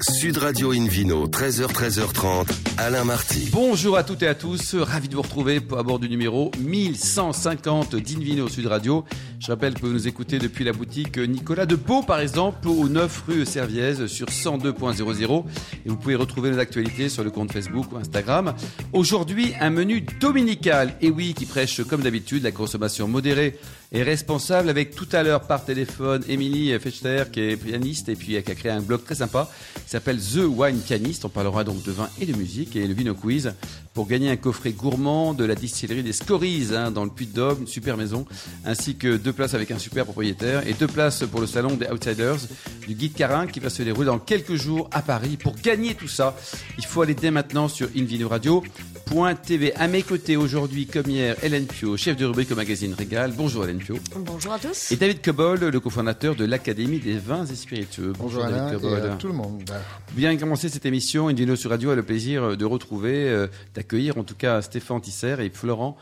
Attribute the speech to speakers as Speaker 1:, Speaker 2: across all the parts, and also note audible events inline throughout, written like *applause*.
Speaker 1: Sud Radio Invino, 13h, 13h30, Alain Marty.
Speaker 2: Bonjour à toutes et à tous, ravi de vous retrouver à bord du numéro 1150 d'Invino Sud Radio. Je rappelle que vous nous écoutez depuis la boutique Nicolas de Pau, par exemple, au 9 rue Serviez sur 102.00. Et vous pouvez retrouver nos actualités sur le compte Facebook ou Instagram. Aujourd'hui, un menu dominical, et oui, qui prêche comme d'habitude la consommation modérée et responsable, avec tout à l'heure par téléphone Émilie Fechter, qui est pianiste et puis qui a créé un blog très sympa qui s'appelle The Wine Pianist. On parlera donc de vin et de musique et le Vino Quiz pour gagner un coffret gourmand de la distillerie des Scories hein, dans le Puy-de-Dôme, une super maison, ainsi que deux places avec un super propriétaire et deux places pour le salon des Outsiders du Guide Carin qui va se dérouler dans quelques jours à Paris. Pour gagner tout ça, il faut aller dès maintenant sur invinoradio.tv. À mes côtés aujourd'hui, comme hier, Hélène Pio, chef de rubrique au magazine Régal. Bonjour Hélène Pio.
Speaker 3: Bonjour à tous.
Speaker 2: Et David Cobol, le cofondateur de l'Académie des vins et spiritueux.
Speaker 4: Bonjour,
Speaker 2: David
Speaker 4: Alain
Speaker 2: Cobol.
Speaker 4: et à tout le monde.
Speaker 2: Bien commencer cette émission, Indino sur Radio a le plaisir de retrouver, euh, d'accueillir en tout cas Stéphane Tisser et Florent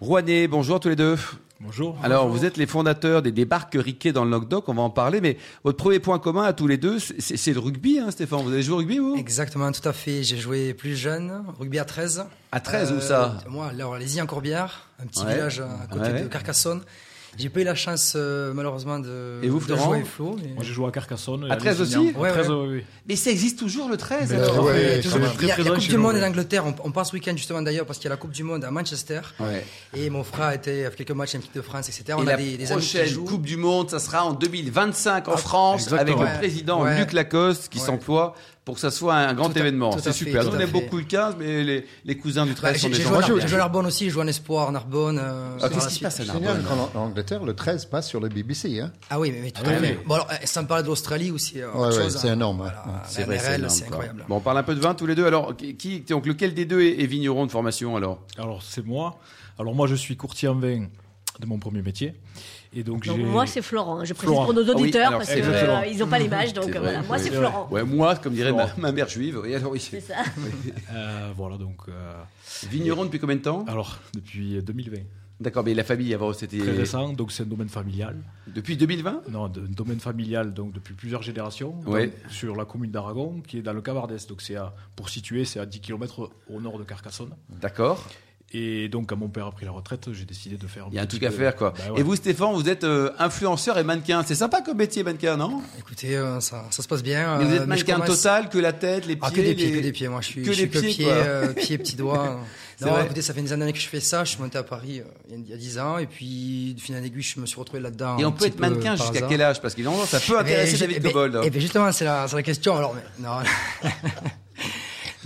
Speaker 2: Rouanet. Bonjour tous les deux.
Speaker 5: Bonjour.
Speaker 2: Alors vous êtes les fondateurs des débarques Riquet dans le Languedoc, on va en parler, mais votre premier point commun à tous les deux, c'est- c'est c'est le rugby, hein, Stéphane. Vous avez joué au rugby, vous
Speaker 6: Exactement, tout à fait. J'ai joué plus jeune, rugby à 13.
Speaker 2: À 13, où ça
Speaker 6: Moi, alors, les en Corbière, un petit
Speaker 2: Ouais.
Speaker 6: village à côté
Speaker 2: Ouais, ouais.
Speaker 6: de Carcassonne. J'ai pas eu la chance, euh, malheureusement, de,
Speaker 2: Et vous,
Speaker 6: de
Speaker 2: Florent
Speaker 6: jouer avec Flo. mais-
Speaker 5: Moi j'ai joué à Carcassonne. et
Speaker 2: À 13
Speaker 5: Lusignan.
Speaker 2: aussi
Speaker 5: À
Speaker 6: Ouais,
Speaker 5: 13,
Speaker 6: ouais.
Speaker 5: oui, oui.
Speaker 2: Mais ça existe toujours le 13
Speaker 4: Mais
Speaker 2: alors.
Speaker 4: ouais.
Speaker 6: Ouais,
Speaker 4: quand
Speaker 6: toujours.
Speaker 4: même.
Speaker 6: Il y a
Speaker 5: Très
Speaker 6: la
Speaker 5: présent
Speaker 6: Coupe
Speaker 5: chez
Speaker 6: du
Speaker 5: nous,
Speaker 6: Monde
Speaker 5: ouais.
Speaker 6: en Angleterre. On, on part ce week-end justement d'ailleurs parce qu'il y a la Coupe du Monde à Manchester.
Speaker 2: Ouais.
Speaker 6: Et mon frère a été avec quelques matchs en équipe de France, etc.
Speaker 2: Et
Speaker 6: on
Speaker 2: la
Speaker 6: a des, des amis qui
Speaker 2: prochaine
Speaker 6: jouent. Ah,
Speaker 2: Coupe du Monde, ça sera en 2025 en France, avec
Speaker 6: exactement.
Speaker 2: le président
Speaker 6: Ouais.
Speaker 2: Luc Lacoste qui
Speaker 6: Ouais.
Speaker 2: s'emploie pour que ça soit un grand
Speaker 6: Tout à-
Speaker 2: événement.
Speaker 6: tout à
Speaker 2: C'est
Speaker 6: fait,
Speaker 2: super.
Speaker 6: tout
Speaker 2: Nous, on
Speaker 6: à
Speaker 2: aime
Speaker 6: fait.
Speaker 2: beaucoup le 15, mais les, les cousins du 13
Speaker 6: Bah,
Speaker 2: sont
Speaker 6: J'ai
Speaker 2: des
Speaker 6: j'ai
Speaker 2: gens.
Speaker 6: joué à
Speaker 4: Moi,
Speaker 6: Narbonne-
Speaker 4: j'ai-
Speaker 6: j'ai joué à Narbonne aussi, j'ai joué en Espoir, en Narbonne. euh,
Speaker 2: Ah,
Speaker 6: par
Speaker 2: Qu'est-ce qui
Speaker 6: la
Speaker 2: se
Speaker 6: suite.
Speaker 2: passe à
Speaker 4: C'est
Speaker 2: Narbonne
Speaker 4: génial qu'en en Angleterre, le 13 passe sur le BBC. Hein.
Speaker 6: Ah oui, mais, mais tout
Speaker 2: Ah
Speaker 6: à
Speaker 2: oui,
Speaker 6: fait.
Speaker 2: oui.
Speaker 6: Bon, alors, euh, sans parler de l'Australie aussi. euh,
Speaker 4: Ouais,
Speaker 6: autre
Speaker 4: ouais,
Speaker 6: chose,
Speaker 4: c'est
Speaker 6: hein.
Speaker 4: énorme,
Speaker 6: Voilà,
Speaker 4: ouais.
Speaker 6: la
Speaker 2: C'est vrai,
Speaker 6: NRL,
Speaker 2: énorme,
Speaker 6: c'est
Speaker 2: quoi.
Speaker 6: incroyable.
Speaker 2: Bon, on parle un peu de vin tous les deux. Alors, qui- qui, donc lequel des deux est, est vigneron de formation alors
Speaker 5: Alors c'est moi. Alors moi je suis courtier en vin de mon premier métier. Et donc,
Speaker 3: Donc
Speaker 5: j'ai-
Speaker 3: moi c'est Florent, hein. je précise
Speaker 5: Florent.
Speaker 3: pour nos
Speaker 2: Ah oui,
Speaker 3: auditeurs
Speaker 2: alors,
Speaker 3: parce
Speaker 2: c'est
Speaker 3: qu'ils
Speaker 5: vrai.
Speaker 3: n'ont pas l'image, donc
Speaker 2: C'est
Speaker 3: euh,
Speaker 2: vrai,
Speaker 3: voilà. moi
Speaker 2: oui.
Speaker 3: c'est
Speaker 5: Ouais.
Speaker 3: Florent.
Speaker 2: Ouais, moi, comme dirait ma,
Speaker 5: Florent.
Speaker 2: ma mère juive. Oui, alors, oui.
Speaker 3: C'est ça.
Speaker 5: euh, voilà donc. euh,
Speaker 2: Vigneron depuis combien de temps
Speaker 5: alors depuis 2020.
Speaker 2: D'accord, mais la famille avant c'était
Speaker 5: Très récent, donc c'est un domaine familial.
Speaker 2: depuis 2020.
Speaker 5: Non, de- un domaine familial donc depuis plusieurs générations. donc,
Speaker 2: Ouais.
Speaker 5: sur la commune d'Aragon, qui est dans le Cavardès. Donc c'est à, pour situer, c'est à 10 km au nord de Carcassonne.
Speaker 2: D'accord.
Speaker 5: Et donc quand mon père a pris la retraite, j'ai décidé de faire.
Speaker 2: Il y a un truc
Speaker 5: petit
Speaker 2: à
Speaker 5: peu-
Speaker 2: faire quoi.
Speaker 5: Bah ouais.
Speaker 2: Et vous, Stéphane, vous êtes euh, influenceur et mannequin. C'est sympa comme métier mannequin, non
Speaker 6: Écoutez, euh, ça, ça se passe bien.
Speaker 2: Mais Vous
Speaker 6: euh,
Speaker 2: êtes
Speaker 6: je
Speaker 2: mannequin
Speaker 6: commence-
Speaker 2: total, que la tête, les pieds,
Speaker 6: Ah, que des pieds,
Speaker 2: les-
Speaker 6: que des pieds. Moi, je suis
Speaker 2: que
Speaker 6: que,
Speaker 2: des
Speaker 6: je suis que
Speaker 2: pieds,
Speaker 6: pieds,
Speaker 2: quoi.
Speaker 6: euh, pieds, petits
Speaker 2: *laughs*
Speaker 6: doigts.
Speaker 2: C'est
Speaker 6: non,
Speaker 2: vrai.
Speaker 6: écoutez, ça fait des années que je fais ça. Je suis monté à Paris euh, il y a- il y a 10 ans. Et puis, de fil en aiguille, je me suis retrouvé là-dedans.
Speaker 2: Et on peut être mannequin jusqu'à quel âge Parce que normalement, ça
Speaker 6: Eh,
Speaker 2: peut intéresser David Cobold.
Speaker 6: Et bien, ben, eh justement, c'est la, c'est la question. Alors, mais- non. *laughs*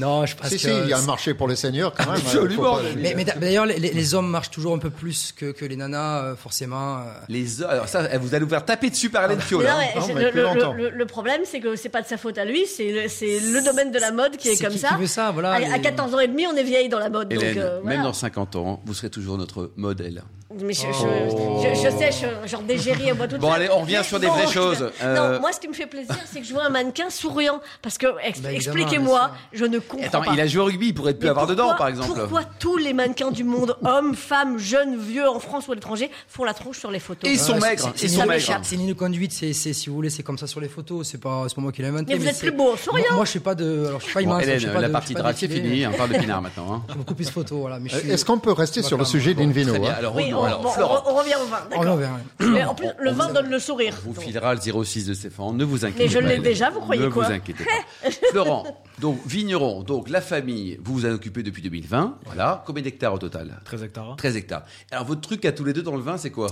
Speaker 6: non, je pense
Speaker 4: Si,
Speaker 6: que.
Speaker 4: si, il y a un marché pour les seigneurs quand même. hein.
Speaker 2: Absolument,
Speaker 4: Faut pas-
Speaker 2: David.
Speaker 6: mais, mais d'a- d'ailleurs, les, les- les hommes marchent toujours un peu plus que, que les nanas, euh, forcément. euh.
Speaker 2: Les alors ça, elle vous allez vous faire taper dessus par
Speaker 6: Ah.
Speaker 2: Alain Pio.
Speaker 3: Mais
Speaker 2: là,
Speaker 3: non,
Speaker 2: hein.
Speaker 3: mais
Speaker 4: non,
Speaker 3: je-
Speaker 4: mais
Speaker 3: le,
Speaker 4: plus
Speaker 3: le-
Speaker 4: longtemps.
Speaker 3: le- le problème c'est que c'est pas de sa faute à lui, c'est le, c'est le domaine de la mode qui est, comme
Speaker 6: qui,
Speaker 3: ça.
Speaker 6: Qui veut ça, voilà.
Speaker 3: à,
Speaker 6: les-
Speaker 3: à 14 ans et demi, on est vieille dans la mode.
Speaker 2: Hélène,
Speaker 3: donc, euh, voilà.
Speaker 2: même dans 50 ans, vous serez toujours notre modèle.
Speaker 3: Mais je, je- je- je sais, je, genre dégérie moi toute
Speaker 2: Oh. Bon,
Speaker 3: seule.
Speaker 2: allez, on revient
Speaker 3: Mais
Speaker 2: sur des
Speaker 3: bon,
Speaker 2: vraies
Speaker 3: je-
Speaker 2: choses. Euh,
Speaker 3: Non, moi, ce qui me fait plaisir, c'est que je vois un mannequin souriant. Parce que, ex-
Speaker 6: Bah, évidemment,
Speaker 3: expliquez-moi,
Speaker 6: bien sûr.
Speaker 3: je ne comprends
Speaker 2: Attends,
Speaker 3: pas.
Speaker 2: il a joué au rugby, il pourrait plus
Speaker 3: Mais
Speaker 2: avoir
Speaker 3: pourquoi-
Speaker 2: dedans, par exemple.
Speaker 3: Pourquoi tous les mannequins du monde, *laughs* hommes, femmes, jeunes, vieux, en France ou à l'étranger, font la tronche sur les photos
Speaker 2: Ils sont
Speaker 6: Ouais,
Speaker 2: maigres,
Speaker 6: c'est-
Speaker 2: ils
Speaker 6: c'est
Speaker 2: sont
Speaker 6: une-
Speaker 2: maigres.
Speaker 6: C'est une ligne de conduite, c'est, c'est- si vous voulez, c'est comme ça sur les photos. C'est pas, c'est pas moi qui l'ai inventé.
Speaker 3: Mais vous êtes
Speaker 6: c'est-
Speaker 3: plus beau, sans rien.
Speaker 6: Moi, moi, je suis pas de, alors je suis pas
Speaker 2: Bon,
Speaker 6: immense. je
Speaker 2: Hélène,
Speaker 6: suis pas
Speaker 2: la
Speaker 6: de- je
Speaker 2: partie
Speaker 6: suis pas
Speaker 2: draft, c'est
Speaker 6: défilé, hein.
Speaker 2: fini. On parle de Pinard maintenant. hein.
Speaker 6: mais Beaucoup plus de photos, voilà.
Speaker 5: Euh,
Speaker 6: Mais je suis-
Speaker 4: Est-ce qu'on peut rester sur le sujet d'Invino
Speaker 2: Très bien.
Speaker 4: hein
Speaker 2: Alors,
Speaker 3: Oui, on,
Speaker 2: revenons. Alors,
Speaker 3: bon,
Speaker 2: Florent,
Speaker 3: on- on revient au vin,
Speaker 6: On
Speaker 3: d'accord.
Speaker 6: l'en verra.
Speaker 3: Mais en plus, le vin donne le sourire.
Speaker 2: on vous
Speaker 3: Donc,
Speaker 2: filera le 06 de Stéphane. Ne vous inquiétez
Speaker 3: Mais je
Speaker 2: pas.
Speaker 3: l'ai
Speaker 2: Hélène.
Speaker 3: déjà, vous croyez
Speaker 2: ne
Speaker 3: quoi
Speaker 2: vous inquiétez
Speaker 3: *laughs*
Speaker 2: pas. Florent, donc vigneron, donc la famille, vous vous en occupez depuis 2020. Voilà. Combien d'hectares au total
Speaker 5: 13 hectares.
Speaker 2: 13 hectares. Alors, votre truc à tous les deux dans le vin, c'est quoi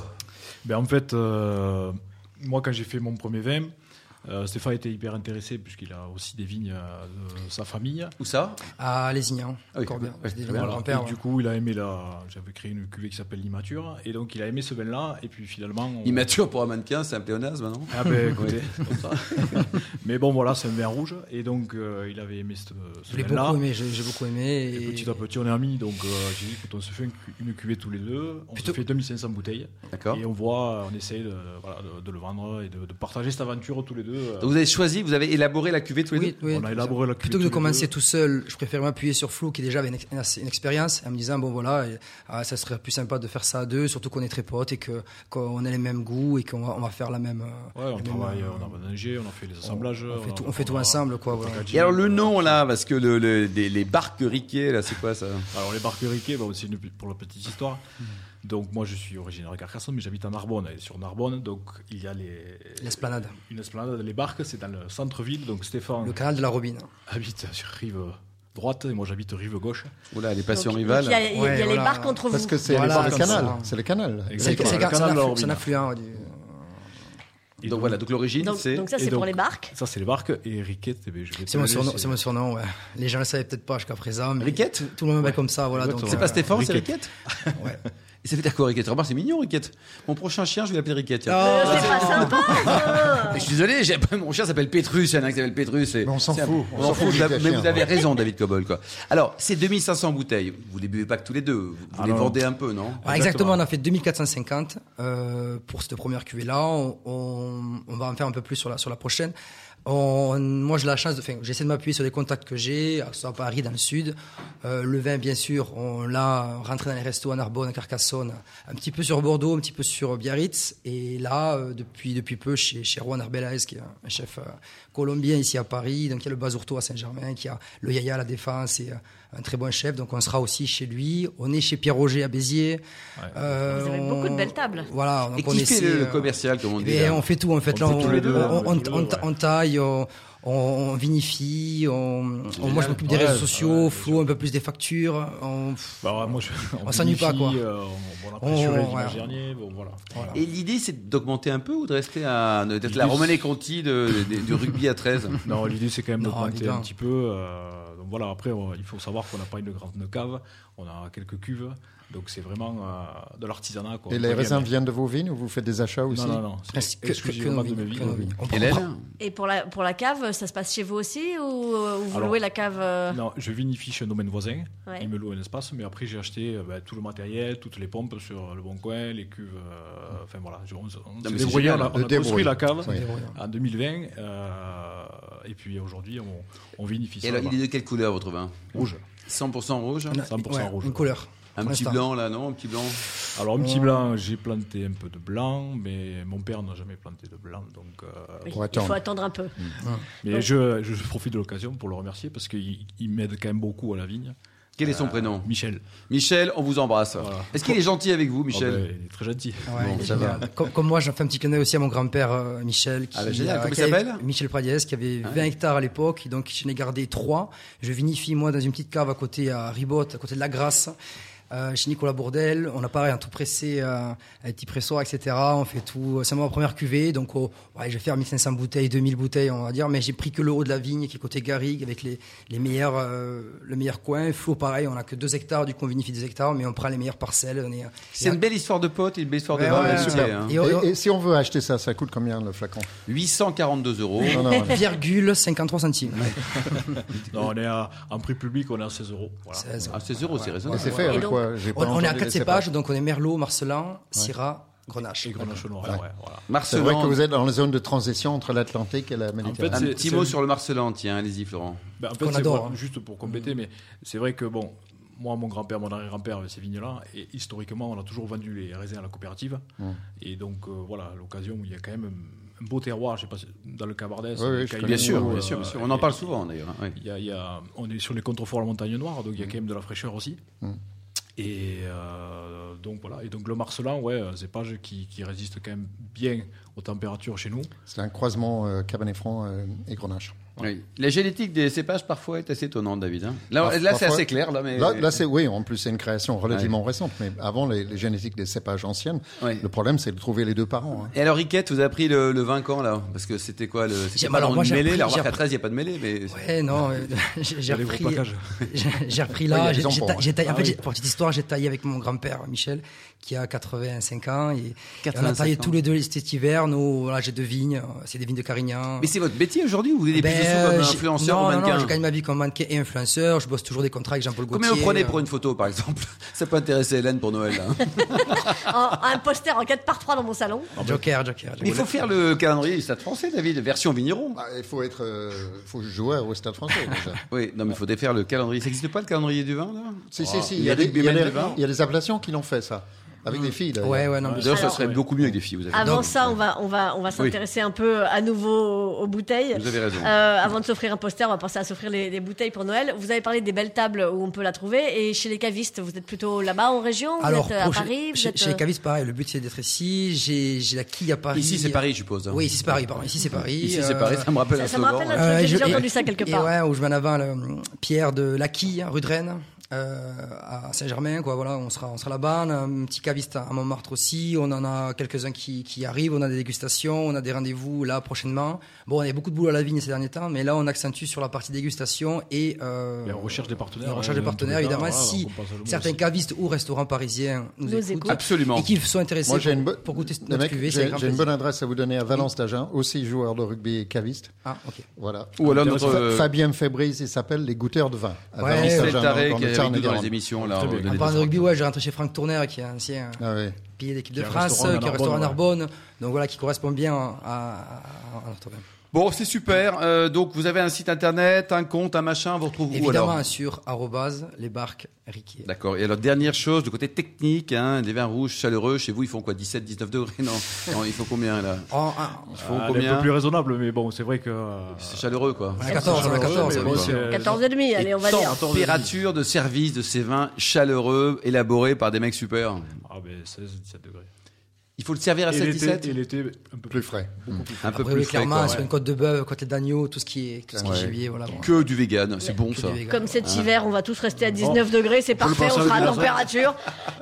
Speaker 5: Ben, en fait, euh, moi, quand j'ai fait mon premier vin, euh, Stéphane était hyper intéressé puisqu'il a aussi des vignes euh, de sa famille.
Speaker 2: Où ça
Speaker 6: À Lézignan,
Speaker 2: Ah oui,
Speaker 6: hein. encore bien.
Speaker 2: oui,
Speaker 6: J'ai
Speaker 2: oui,
Speaker 6: déjà
Speaker 5: Voilà.
Speaker 6: mon grand-père.
Speaker 5: Et du coup, il a aimé la. J'avais créé une cuvée qui s'appelle l'immature. Et donc, il a aimé ce vin-là. Et puis, finalement. on-
Speaker 2: Immature pour un mannequin, c'est un pléonasme, non
Speaker 5: Ah ben, écoutez.
Speaker 2: Oui, comme ça.
Speaker 5: *laughs* Mais bon, voilà, c'est un vin rouge. Et donc, euh, il avait aimé ce, ce
Speaker 6: Je l'ai
Speaker 5: vin-là.
Speaker 6: beaucoup aimé, j'ai j'ai beaucoup aimé.
Speaker 5: Et
Speaker 6: Et
Speaker 5: petit à petit, on est amis. Donc, euh, j'ai dit, écoute, on se fait une, cu- une cuvée tous les deux. On
Speaker 6: Plutôt-
Speaker 5: se fait 2500 bouteilles.
Speaker 2: D'accord.
Speaker 5: Et on voit, on essaye de, voilà, de, de le vendre et de, de partager cette aventure tous les deux. deux. euh,
Speaker 2: Donc, vous avez choisi, vous avez élaboré la cuvée tous les
Speaker 6: Oui,
Speaker 2: deux
Speaker 6: oui.
Speaker 5: on a élaboré la
Speaker 6: Plutôt que
Speaker 5: cuve
Speaker 6: de
Speaker 5: tous les
Speaker 6: commencer
Speaker 5: deux.
Speaker 6: tout seul, je préfère m'appuyer sur Flo qui déjà avait une, ex- une- une expérience en me disant bon voilà, et, ah, ça serait plus sympa de faire ça à deux, surtout qu'on est très potes et que qu'on a les mêmes goûts et qu'on va, on va faire la même. euh,
Speaker 5: Ouais,
Speaker 6: la
Speaker 5: on
Speaker 6: même,
Speaker 5: travaille,
Speaker 6: euh,
Speaker 5: on a mangé, on a fait les assemblages.
Speaker 6: on fait tout- on fait tout ensemble, quoi, voilà.
Speaker 5: packaging.
Speaker 2: Et alors le nom là, parce que le, le- des- les barques riquées là, c'est quoi ça
Speaker 5: Alors les barqueriquets, bah, c'est une- pour la petite histoire.
Speaker 6: Mm.
Speaker 5: Donc moi je suis originaire de Carcassonne, mais j'habite à Narbonne. Et sur Narbonne, donc il y a les
Speaker 6: L'esplanade.
Speaker 5: Une esplanade, les barques, c'est dans le centre-ville. Donc Stéphane
Speaker 6: Le canal de la Robine.
Speaker 5: habite sur rive droite et moi j'habite rive gauche.
Speaker 2: Oula, les passions
Speaker 3: Donc,
Speaker 2: rivales.
Speaker 3: donc, Il y a, il y a
Speaker 6: Ouais,
Speaker 3: les
Speaker 6: voilà.
Speaker 3: barques entre vous.
Speaker 4: Parce que c'est
Speaker 6: Voilà,
Speaker 4: le
Speaker 6: comme
Speaker 4: canal.
Speaker 6: ça.
Speaker 4: C'est le canal.
Speaker 6: C'est
Speaker 5: Exactement,
Speaker 6: c'est-
Speaker 5: le
Speaker 6: c'est
Speaker 5: canal
Speaker 6: un
Speaker 5: de
Speaker 6: afflu-
Speaker 5: la
Speaker 6: c'est
Speaker 5: Robine.
Speaker 6: un affluent. hein, du-
Speaker 2: Donc voilà, donc l'origine
Speaker 3: donc,
Speaker 2: c'est.
Speaker 3: donc ça,
Speaker 5: et
Speaker 3: c'est pour
Speaker 5: donc-
Speaker 3: les barques.
Speaker 5: Ça c'est les barques et riquettes. eh bien, je vais te
Speaker 6: C'est mon
Speaker 5: le
Speaker 6: surnom,
Speaker 5: laisser.
Speaker 6: c'est mon surnom, ouais. Les gens le savaient peut-être pas jusqu'à présent. mais
Speaker 2: Riquette
Speaker 6: tout, tout le monde m'appelle comme ça, voilà.
Speaker 5: Exactement.
Speaker 6: donc,
Speaker 2: C'est
Speaker 6: euh,
Speaker 2: pas Stéphane, c'est
Speaker 5: Riquette.
Speaker 2: Riquette *laughs* Ouais. Et ça veut dire quoi Riquette Remarque, c'est mignon Riquette. Mon prochain chien, je vais l'appeler Riquette. tiens.
Speaker 6: Ah,
Speaker 3: Euh, c'est pas
Speaker 2: *laughs*
Speaker 3: sympa.
Speaker 2: Je suis désolé, j'ai- mon chien s'appelle Pétrus, il y en a un qui s'appelle Pétrus. et-
Speaker 4: Mais on s'en
Speaker 2: c'est un-
Speaker 4: fout,
Speaker 2: On s'en fout,
Speaker 4: du
Speaker 2: mais
Speaker 4: cachet,
Speaker 2: vous
Speaker 4: hein.
Speaker 2: avez raison David Cobol. Quoi. Alors, c'est 2500 bouteilles, vous les buvez pas que tous les deux, vous
Speaker 5: Ah
Speaker 2: les
Speaker 5: non.
Speaker 2: vendez un peu, non
Speaker 6: Ah,
Speaker 5: Exactement.
Speaker 6: exactement. on a fait 2450 euh, pour cette première cuvée-là. On, on- on va en faire un peu plus sur la, sur la prochaine. On- moi, j'ai la chance de. Enfin, j'essaie de m'appuyer sur les contacts que j'ai, que ce soit à Paris, dans le Sud. Euh, le vin, bien sûr, on l'a rentré dans les restos à Narbonne, à Carcassonne, un petit peu sur Bordeaux, un petit peu sur Biarritz. Et là, euh, depuis, depuis peu, chez, chez Juan Arbelaez, qui est un chef euh, colombien ici à Paris. Donc, il y a le Basurto à Saint-Germain, qui a le Yaya à la Défense et euh, un très bon chef. Donc, on sera aussi chez lui. On est chez Pierre Roger à Béziers. Euh,
Speaker 3: Vous avez
Speaker 6: on-
Speaker 3: beaucoup de belles tables.
Speaker 6: Voilà,
Speaker 2: Et
Speaker 6: donc on
Speaker 2: qui fait
Speaker 6: essaie,
Speaker 2: le
Speaker 6: euh,
Speaker 2: commercial, comme on
Speaker 6: eh
Speaker 2: dit
Speaker 6: bien,
Speaker 2: là
Speaker 6: on fait tout en fait.
Speaker 5: On
Speaker 6: Là,
Speaker 5: fait
Speaker 6: on,
Speaker 5: tous les deux,
Speaker 6: on-
Speaker 5: on fait
Speaker 6: on-
Speaker 5: tous les
Speaker 6: on-
Speaker 5: deux, ouais.
Speaker 6: on taille, on, on- on vinifie, on, on- moi je m'occupe des
Speaker 5: Ouais,
Speaker 6: réseaux sociaux,
Speaker 5: ouais,
Speaker 6: Flo un peu plus des factures. On,
Speaker 5: Bah, moi, je-
Speaker 6: On s'ennuie pas, quoi.
Speaker 5: euh, on, on a
Speaker 6: On-
Speaker 5: pressuré
Speaker 6: ouais.
Speaker 5: dimanche dernier. Bon, voilà.
Speaker 6: voilà.
Speaker 2: Et l'idée, c'est d'augmenter un peu ou de rester à de- d'être la
Speaker 5: L'idée,
Speaker 2: Romanée Conti de- de- du rugby à 13
Speaker 6: *laughs*
Speaker 5: Non, l'idée c'est quand même
Speaker 6: Non,
Speaker 5: d'augmenter
Speaker 6: évidemment.
Speaker 5: un petit peu. euh, donc voilà, après, on- il faut savoir qu'on n'a pas une grande cave, on a quelques cuves, donc c'est vraiment euh, de l'artisanat. quoi.
Speaker 4: Et
Speaker 5: Très
Speaker 4: les
Speaker 5: bien,
Speaker 4: raisins
Speaker 5: mais-
Speaker 4: viennent de vos vignes ou vous faites des achats aussi
Speaker 5: Non, non, non,
Speaker 6: Presque
Speaker 5: c'est
Speaker 6: que- que-
Speaker 5: exclusivement
Speaker 6: que
Speaker 5: de
Speaker 6: nos
Speaker 5: mes
Speaker 6: vignes,
Speaker 5: vignes.
Speaker 6: que nos vignes. On prend- on prend-
Speaker 2: Hélène
Speaker 3: Et pour la, pour la cave, ça se passe chez vous aussi ou, euh, ou vous
Speaker 5: Alors-
Speaker 3: louez la cave
Speaker 6: Ah.
Speaker 3: euh,
Speaker 5: Non, je vinifie chez un domaine voisin,
Speaker 3: Ouais.
Speaker 5: il me loue un espace, mais après j'ai acheté euh, ben, tout le matériel, toutes les pompes sur le bon coin, les cuves, euh, enfin voilà, je- on, on s'est
Speaker 2: mais c'est
Speaker 5: débrouillé,
Speaker 2: génial,
Speaker 5: on
Speaker 4: le
Speaker 5: a, on a construit
Speaker 4: débrouille.
Speaker 5: la cave
Speaker 4: Oui.
Speaker 5: en 2020, euh, et puis aujourd'hui on, on vinifie
Speaker 2: Et
Speaker 5: ça.
Speaker 2: alors,
Speaker 5: là-bas.
Speaker 2: il est de quelle couleur, votre vin
Speaker 5: Rouge.
Speaker 2: 100% rouge
Speaker 6: on a-
Speaker 5: 100%
Speaker 6: ouais,
Speaker 5: rouge.
Speaker 6: Une couleur.
Speaker 2: Un
Speaker 6: pour
Speaker 2: petit
Speaker 6: l'instant.
Speaker 2: blanc, là, non Un petit blanc
Speaker 5: Alors, un petit blanc, j'ai planté un peu de blanc, mais mon père n'a jamais planté de blanc. Donc, euh,
Speaker 3: Oui,
Speaker 4: Pour
Speaker 3: Il faut
Speaker 4: attendre.
Speaker 3: attendre un peu.
Speaker 2: Hmm.
Speaker 5: Mais je, je profite de l'occasion pour le remercier parce qu'il il m'aide quand même beaucoup à la vigne.
Speaker 2: Quel est son prénom
Speaker 5: Michel.
Speaker 2: Michel, on vous embrasse.
Speaker 5: Euh, Voilà.
Speaker 2: Est-ce qu'il est gentil avec vous, Michel
Speaker 5: Oh, ben, il est très gentil.
Speaker 6: Ouais,
Speaker 2: Bon,
Speaker 6: il est
Speaker 2: ça
Speaker 6: génial. Comme, comme moi, j'en fais un petit clin d'œil aussi à mon grand-père euh, Michel. Qui,
Speaker 2: Ah, bah, génial.
Speaker 6: euh,
Speaker 2: Comment
Speaker 6: qui
Speaker 2: il
Speaker 6: avait-
Speaker 2: s'appelle Ah,
Speaker 6: Michel Pradiès, qui avait 20 hectares à l'époque, donc j'en ai gardé 3. Je vinifie, moi, dans une petite cave à côté à Ribotte, à côté de la Grasse. euh, chez Nicolas Bourdel, on a pareil, un tout pressé, euh, un petit pressoir, etc. On fait tout. euh, C'est ma première cuvée, donc oh, ouais, je vais faire 1500 bouteilles, 2000 bouteilles, on va dire. Mais j'ai pris que le haut de la vigne, qui est côté Garrigue, avec les, les meilleurs, euh, le meilleur coin. Flo, pareil, on a que 2 hectares, du coup on vinifie 2 hectares, mais on prend les meilleures parcelles. On est, euh,
Speaker 2: C'est une belle histoire de pote et une belle histoire de
Speaker 6: Ouais,
Speaker 2: vin
Speaker 6: ouais,
Speaker 2: d'amitié,
Speaker 6: super.
Speaker 2: hein.
Speaker 6: Et on-
Speaker 4: Et, et si on veut acheter ça, ça coûte combien le flacon
Speaker 2: 842 euros.
Speaker 4: Non, non, non.
Speaker 6: virgule 53 centimes.
Speaker 5: Non, on est à, en prix public, on est à 16 euros. Voilà.
Speaker 6: 16.
Speaker 2: Ah, 16 euros, c'est
Speaker 4: Et
Speaker 2: raisonnable.
Speaker 4: c'est fait
Speaker 3: Et
Speaker 4: avec
Speaker 3: donc,
Speaker 4: quoi J'ai pas
Speaker 6: On, on est à
Speaker 4: entendu
Speaker 6: quatre
Speaker 4: les
Speaker 6: cépages, donc on est Merlot, Marcelin, Syrah, Grenache.
Speaker 5: Et Grenache noir. Ouais. voilà.
Speaker 4: C'est vrai
Speaker 2: Marcelan,
Speaker 4: que vous êtes dans la zone de transition entre l'Atlantique et la
Speaker 5: En
Speaker 2: un
Speaker 5: fait,
Speaker 4: Méditerranée.
Speaker 5: c'est-
Speaker 2: petit
Speaker 5: c'est-
Speaker 2: mot sur le Marcelan, tiens, allez-y, Florent.
Speaker 5: Ben, en fait,
Speaker 6: Qu'on
Speaker 5: c'est
Speaker 6: adore,
Speaker 5: vrai-
Speaker 6: hein.
Speaker 5: juste pour compléter, mais c'est vrai que bon, moi, mon grand-père, mon arrière-grand-père avait ces vignes-là, et historiquement, on a toujours vendu les raisins à la coopérative.
Speaker 2: Mm.
Speaker 5: Et donc, euh, voilà, l'occasion où il y a quand même un beau terroir, je sais pas, si- dans le Cabardès.
Speaker 4: Oui,
Speaker 5: le
Speaker 4: oui, je
Speaker 5: Caillou,
Speaker 4: connais.
Speaker 2: Bien sûr,
Speaker 5: euh,
Speaker 2: bien sûr, bien sûr. On en
Speaker 5: et-
Speaker 2: parle souvent, d'ailleurs. hein, ouais.
Speaker 5: Il y a- il y a- on est sur les contreforts de la montagne noire,
Speaker 2: Mm.
Speaker 5: donc il y a quand même de la fraîcheur aussi. Et euh, donc voilà. Et donc le Marcelin, ouais, euh, cépage qui, qui résiste quand même bien aux températures chez nous.
Speaker 4: C'est un croisement euh, Cabernet Franc euh, et Grenache.
Speaker 2: Oui. La génétique des cépages, parfois, est assez étonnante, David. hein. Là,
Speaker 4: Parf-
Speaker 2: là c'est
Speaker 4: parfois-
Speaker 2: assez clair. Là, mais...
Speaker 4: Là, là, c'est oui, en plus c'est une création relativement récente, mais avant les, les génétiques des cépages anciennes,
Speaker 2: Ouais.
Speaker 4: le problème c'est de trouver les deux parents. hein.
Speaker 2: Et alors, Riquette, vous avez pris le, le vin quand, là Parce que c'était quoi le...
Speaker 6: J'ai-
Speaker 2: C'était pas
Speaker 6: alors,
Speaker 2: dans
Speaker 6: moi,
Speaker 2: une
Speaker 6: j'ai
Speaker 2: mêlée,
Speaker 6: appris-
Speaker 2: la
Speaker 6: j'ai
Speaker 2: remarque à
Speaker 6: appris-
Speaker 2: 13, il n'y a pas de mêlée. Mais...
Speaker 6: Ouais, non, euh, *laughs* j'ai j'ai
Speaker 5: Les gros
Speaker 6: repris.
Speaker 5: plaquages.
Speaker 6: *laughs* j'ai- J'ai repris
Speaker 4: Ouais, il y
Speaker 6: là.
Speaker 4: a des
Speaker 6: j'ai- j'ai
Speaker 4: enfants,
Speaker 6: ta-
Speaker 4: ouais.
Speaker 6: j'ai taillé- en
Speaker 5: Ah
Speaker 6: fait,
Speaker 5: oui.
Speaker 6: j'ai- pour petite histoire, j'ai taillé avec mon grand-père Michel, qui a 85 ans. Et, et on a
Speaker 2: 85
Speaker 6: taillé
Speaker 2: ans.
Speaker 6: tous les deux cet hiver. Nous, voilà, j'ai deux vignes. euh, C'est des vignes de Carignan.
Speaker 2: Mais c'est votre métier aujourd'hui ou vous voulez des
Speaker 6: Ben,
Speaker 2: dessous comme
Speaker 6: euh,
Speaker 2: un
Speaker 6: j'ai-
Speaker 2: influenceur
Speaker 6: non,
Speaker 2: ou
Speaker 6: non, non,
Speaker 2: mannequin.
Speaker 6: j'ai gagné ma vie comme mannequin et influenceur. Je bosse toujours des contrats avec Jean-Paul Gaultier.
Speaker 2: Combien vous prenez pour
Speaker 6: euh,
Speaker 2: une photo, par exemple *laughs* Ça peut intéresser Hélène pour Noël.
Speaker 4: *laughs*
Speaker 2: là, hein.
Speaker 3: Un, un poster en 4 par 3 dans mon salon.
Speaker 6: Joker, Joker.
Speaker 2: Mais il faut faire le calendrier du Stade français, David, version vigneron.
Speaker 4: Bah, il faut être, euh, faut jouer au Stade français
Speaker 2: *laughs*
Speaker 4: déjà.
Speaker 2: Oui, non, mais il faut défaire le calendrier. Ça n'existe pas le calendrier du vin, là
Speaker 4: si, si,
Speaker 2: Ah,
Speaker 4: si, il y, a des,
Speaker 2: Eric
Speaker 4: il, y a
Speaker 2: Biemen
Speaker 4: des-
Speaker 2: du vin.
Speaker 4: il y a des appellations qui l'ont fait ça, avec des filles. d'ailleurs.
Speaker 6: Ouais, ouais, non. mais-
Speaker 2: D'ailleurs, ça
Speaker 3: Alors,
Speaker 2: serait
Speaker 5: ouais.
Speaker 2: beaucoup mieux avec des filles, vous avez
Speaker 3: Avant
Speaker 2: raison.
Speaker 3: ça, on va, on va, on va s'intéresser un peu euh, à nouveau aux, aux bouteilles.
Speaker 2: Vous avez raison.
Speaker 3: Euh, avant de s'offrir un poster, on va penser à s'offrir les, les bouteilles pour Noël. Vous avez parlé des belles tables où on peut la trouver. Et chez les cavistes, vous êtes plutôt là-bas en région Vous êtes euh, à
Speaker 6: pour-
Speaker 3: Paris vous
Speaker 6: chez,
Speaker 3: êtes,
Speaker 6: chez
Speaker 3: euh,
Speaker 6: les cavistes, pareil. Le but, c'est d'être ici. J'ai j'ai la quille à Paris. euh,
Speaker 2: Ici, c'est Paris, je suppose. hein.
Speaker 6: Oui, ici, c'est Paris, pardon. Ici, c'est Paris.
Speaker 2: Ici,
Speaker 6: euh,
Speaker 2: c'est Paris, ça me rappelle
Speaker 3: ça-
Speaker 2: un
Speaker 3: ça me rappelle
Speaker 2: slogan,
Speaker 3: un
Speaker 2: là.
Speaker 3: truc. j'ai
Speaker 6: je-
Speaker 3: Ah, déjà
Speaker 6: et-
Speaker 3: entendu ça quelque
Speaker 6: et
Speaker 3: part.
Speaker 6: ouais, où je mets en avant le, hum, Pierre de Laquille, rue de Rennes, euh, à Saint-Germain, quoi. Voilà, on sera, on sera là-bas. On a un petit caviste à Montmartre aussi. On en a quelques-uns qui, qui arrivent. On a des dégustations, on a des rendez-vous là prochainement. Bon, on a beaucoup de boulot à la vigne ces derniers temps, mais là, on accentue sur la partie dégustation et, euh,
Speaker 5: Et on recherche des partenaires.
Speaker 6: et on recherche
Speaker 5: euh,
Speaker 6: des partenaires,
Speaker 5: dans tous les cas,
Speaker 6: évidemment.
Speaker 5: voilà,
Speaker 6: si
Speaker 5: on pense à le monde
Speaker 6: certains
Speaker 5: aussi.
Speaker 6: cavistes ou restaurants parisiens nous,
Speaker 3: Nous
Speaker 6: écoutent
Speaker 3: écoutent.
Speaker 2: Absolument.
Speaker 6: et qui sont intéressés
Speaker 4: Moi, j'ai
Speaker 6: pour-
Speaker 4: une, bo-
Speaker 6: pour, goûter
Speaker 4: les
Speaker 6: notre
Speaker 4: mecs,
Speaker 6: cuvée, c'est
Speaker 4: j'ai,
Speaker 6: grand
Speaker 4: j'ai une
Speaker 6: plaisir.
Speaker 4: bonne adresse à vous donner à Valence d'Agen, aussi joueur de rugby et caviste.
Speaker 6: Ah, ok.
Speaker 4: Voilà.
Speaker 2: Ou alors notre
Speaker 4: Fa-
Speaker 2: euh,
Speaker 4: Fabien Fébrise, il s'appelle les goûteurs de vin. à
Speaker 6: Ouais.
Speaker 4: Valence
Speaker 2: Michel
Speaker 4: d'Agen,
Speaker 2: Tarek,
Speaker 4: dans
Speaker 2: qui
Speaker 4: le
Speaker 2: est
Speaker 4: Tarn et
Speaker 2: avec nous dans
Speaker 4: Garonne.
Speaker 2: les émissions. là,
Speaker 5: Très
Speaker 2: on
Speaker 5: bien.
Speaker 2: donne
Speaker 6: En
Speaker 2: des
Speaker 6: parlant de
Speaker 2: infos.
Speaker 6: rugby, ouais, j'ai rentré chez Franck Tourner, qui est ancien
Speaker 4: Ah oui.
Speaker 6: pilier d'équipe de
Speaker 5: Qui est un
Speaker 6: France, euh, qui est
Speaker 5: restaurant à Narbonne,
Speaker 6: restaurant à
Speaker 5: ouais.
Speaker 6: Narbonne. Donc voilà, qui correspond bien à, à, à notre domaine.
Speaker 2: Bon, c'est super. Euh, donc, vous avez un site internet, un compte, un machin. Vous retrouvez où
Speaker 6: Évidemment,
Speaker 2: alors
Speaker 6: sur arrobase, les barques Riquier.
Speaker 2: D'accord. Et alors, dernière chose, du côté technique, hein, des vins rouges chaleureux, chez vous, ils font quoi 17, 19 degrés Non, non il faut combien là
Speaker 6: En- en-
Speaker 2: Il faut
Speaker 5: Ah, elle est un
Speaker 2: combien
Speaker 5: peu plus raisonnable, mais bon, c'est vrai que. euh,
Speaker 2: C'est chaleureux, quoi.
Speaker 6: On a 14, on a 14.
Speaker 2: mais bon, euh,
Speaker 6: oui.
Speaker 5: c'est- euh,
Speaker 3: 14 et demi, allez, on va dire.
Speaker 2: Température de service de ces vins chaleureux, élaborés par des mecs super.
Speaker 5: Ah, ben 16, 17 degrés.
Speaker 2: Il faut le servir à
Speaker 5: Et
Speaker 2: 16,
Speaker 5: l'été,
Speaker 2: 17
Speaker 5: et l'été, un peu
Speaker 4: Ah, Plus frais.
Speaker 5: Beaucoup plus frais.
Speaker 2: Un peu
Speaker 6: Après,
Speaker 2: plus
Speaker 6: oui,
Speaker 2: frais,
Speaker 6: clairement,
Speaker 2: quoi.
Speaker 6: sur une côte de bœuf, côte d'agneau, tout ce qui est, tout ce qui est gibier, voilà. bon.
Speaker 2: Que du vegan, c'est bon
Speaker 6: Que
Speaker 2: ça.
Speaker 6: du vegan.
Speaker 3: Comme
Speaker 2: Ah.
Speaker 3: cet hiver, on va tous rester à 19 degrés, c'est parfait,
Speaker 2: pense
Speaker 3: on
Speaker 2: à
Speaker 3: sera à
Speaker 2: vous.
Speaker 3: température.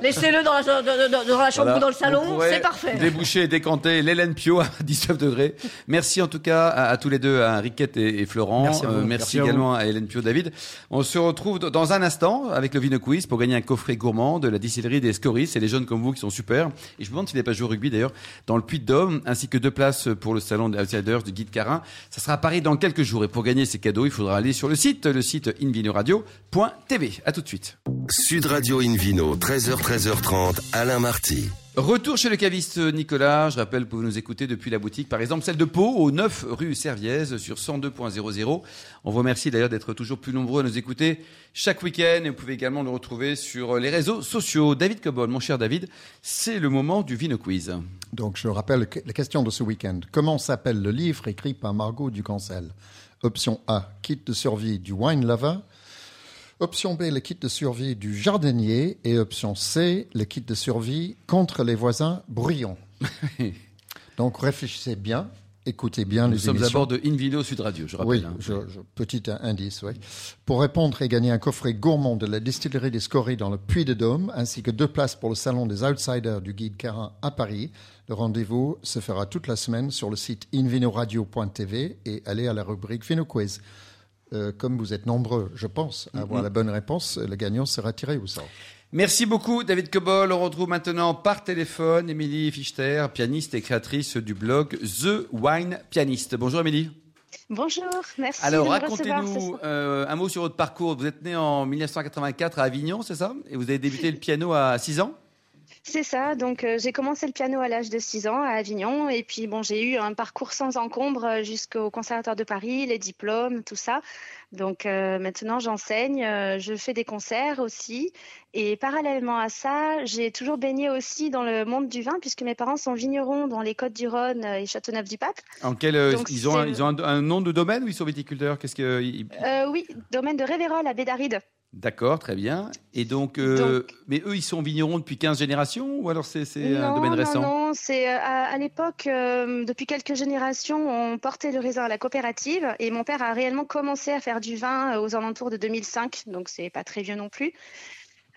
Speaker 3: Laissez-le dans la, dans- dans- dans la chambre
Speaker 2: Voilà.
Speaker 3: ou dans le salon,
Speaker 2: Vous pourrez
Speaker 3: c'est parfait.
Speaker 2: Déboucher et décanter l'Hélène Pio à *laughs* 19 degrés. Merci en tout cas à, à tous les deux, à Riquette et, et Florent. Euh,
Speaker 6: Merci à vous.
Speaker 2: merci,
Speaker 5: Merci à
Speaker 2: également à, Hélène Pio, David. On se retrouve d- dans un instant avec le Vino Quiz pour gagner un coffret gourmand de la distillerie des Scoris. C'est les jeunes comme vous qui sont super. Et je me demande s'il n'est pas joué au rugby d'ailleurs dans le Puy de Dôme, ainsi que deux places pour le salon des Outsiders du Guide Carin. Ça sera à Paris dans quelques jours. Et pour gagner ces cadeaux, il faudra aller sur le site, le site invinoradio.tv. À tout de suite.
Speaker 1: Sud Radio Invino, 13h, 13h30, Alain Marty.
Speaker 2: Retour chez le caviste Nicolas. Je rappelle que vous nous écoutez depuis la boutique, par exemple celle de Pau, au 9 rue Serviez, sur 102.00. On vous remercie d'ailleurs d'être toujours plus nombreux à nous écouter chaque week-end. Et vous pouvez également nous retrouver sur les réseaux sociaux. David Cobol, mon cher David, c'est le moment du Vino Quiz.
Speaker 4: Donc, je rappelle que- les questions de ce week-end. Comment s'appelle le livre écrit par Margot Ducancel Option A, kit de survie du wine lover. Option B, le kit de survie du jardinier. Et option C, le kit de survie contre les voisins
Speaker 2: *laughs*
Speaker 4: bruyants. Donc, réfléchissez bien, écoutez bien
Speaker 2: Nous
Speaker 4: les
Speaker 2: sommes à
Speaker 4: émissions.
Speaker 2: bord de Invino Sud Radio, je rappelle.
Speaker 4: Oui,
Speaker 2: hein.
Speaker 4: je- je- petit in- indice, oui. Pour répondre et gagner un coffret gourmand de la distillerie des Scories dans le Puy de Dôme, ainsi que deux places pour le salon des Outsiders du guide Carin à Paris, le rendez-vous se fera toute la semaine sur le site invinoradio.tv et allez à la rubrique Vino Quiz. Euh, comme vous êtes nombreux, je pense, à
Speaker 2: Mm-hmm.
Speaker 4: avoir la bonne réponse, le gagnant sera tiré au sort.
Speaker 2: Merci beaucoup, David Cobol. On retrouve maintenant par téléphone Émilie Fichter, pianiste et créatrice du blog The Wine Pianist. Bonjour Émilie.
Speaker 7: Bonjour, merci.
Speaker 2: Alors,
Speaker 7: de me recevoir ce
Speaker 2: racontez-nous
Speaker 7: soir.
Speaker 2: euh, un mot sur votre parcours. Vous êtes né en 1984 à Avignon, c'est ça Et vous avez débuté le piano à 6 ans
Speaker 7: C'est ça, donc euh, j'ai commencé le piano à l'âge de 6 ans à Avignon et puis bon, j'ai eu un parcours sans encombre euh, jusqu'au Conservatoire de Paris, les diplômes, tout ça. Donc euh, maintenant j'enseigne, euh, je fais des concerts aussi et parallèlement à ça, j'ai toujours baigné aussi dans le monde du vin puisque mes parents sont vignerons dans les Côtes-du-Rhône et Châteauneuf-du-Pape.
Speaker 2: En quel euh,
Speaker 7: Donc,
Speaker 2: ils ont, un,
Speaker 7: c'est-
Speaker 2: ils ont un, un nom de domaine ou ils sont viticulteurs Qu'est-ce que ils-
Speaker 7: Euh, oui, domaine de Révérol à Bédaride.
Speaker 2: D'accord, très bien. Et donc, euh, mais eux, ils sont vignerons depuis 15 générations ou alors c'est c'est un domaine récent
Speaker 7: Non, non, c'est euh, à, à l'époque, euh, depuis quelques générations, on portait le raisin à la coopérative et mon père a réellement commencé à faire du vin euh, aux alentours de 2005, donc c'est pas très vieux non plus.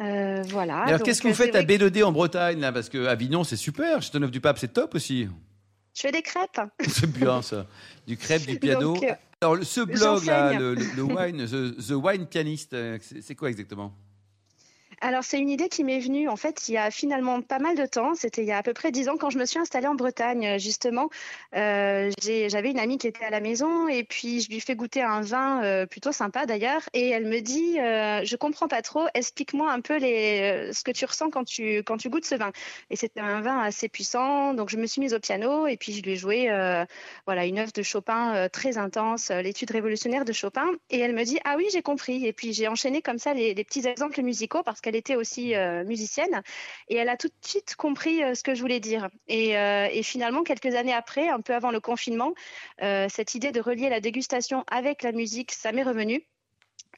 Speaker 7: Euh, voilà.
Speaker 2: Mais alors,
Speaker 7: donc,
Speaker 2: qu'est-ce que vous
Speaker 7: euh, c'est
Speaker 2: faites à
Speaker 7: vrai que
Speaker 2: B2D en Bretagne là Parce que Avignon, c'est super. Châteauneuf du Pape, c'est top aussi. *laughs*
Speaker 7: Je fais des crêpes.
Speaker 2: C'est bien ça. Du crêpe, du piano.
Speaker 7: *laughs* Donc, euh,
Speaker 2: alors, le- ce blog là,
Speaker 7: j'enseigne.
Speaker 2: le, le- le wine, the, The Wine Pianist, euh, c'est c'est quoi exactement
Speaker 7: Alors, c'est une idée qui m'est venue, en fait, il y a finalement pas mal de temps. C'était il y a à peu près dix ans quand je me suis installée en Bretagne, justement. Euh, j'ai- J'avais une amie qui était à la maison et puis je lui fais goûter un vin euh, plutôt sympa d'ailleurs. Et elle me dit euh, Je comprends pas trop, explique-moi un peu les, euh, ce que tu ressens quand tu, quand tu goûtes ce vin. Et c'était un vin assez puissant. Donc, je me suis mise au piano et puis je lui ai joué euh, voilà, une œuvre de Chopin euh, très intense, euh, l'étude révolutionnaire de Chopin. Et elle me dit Ah oui, j'ai compris. Et puis j'ai enchaîné comme ça les, les petits exemples musicaux parce qu'elle était aussi euh, musicienne. Et elle a tout de suite compris euh, ce que je voulais dire. Et, euh, et finalement, quelques années après, un peu avant le confinement, euh, cette idée de relier la dégustation avec la musique, ça m'est revenu.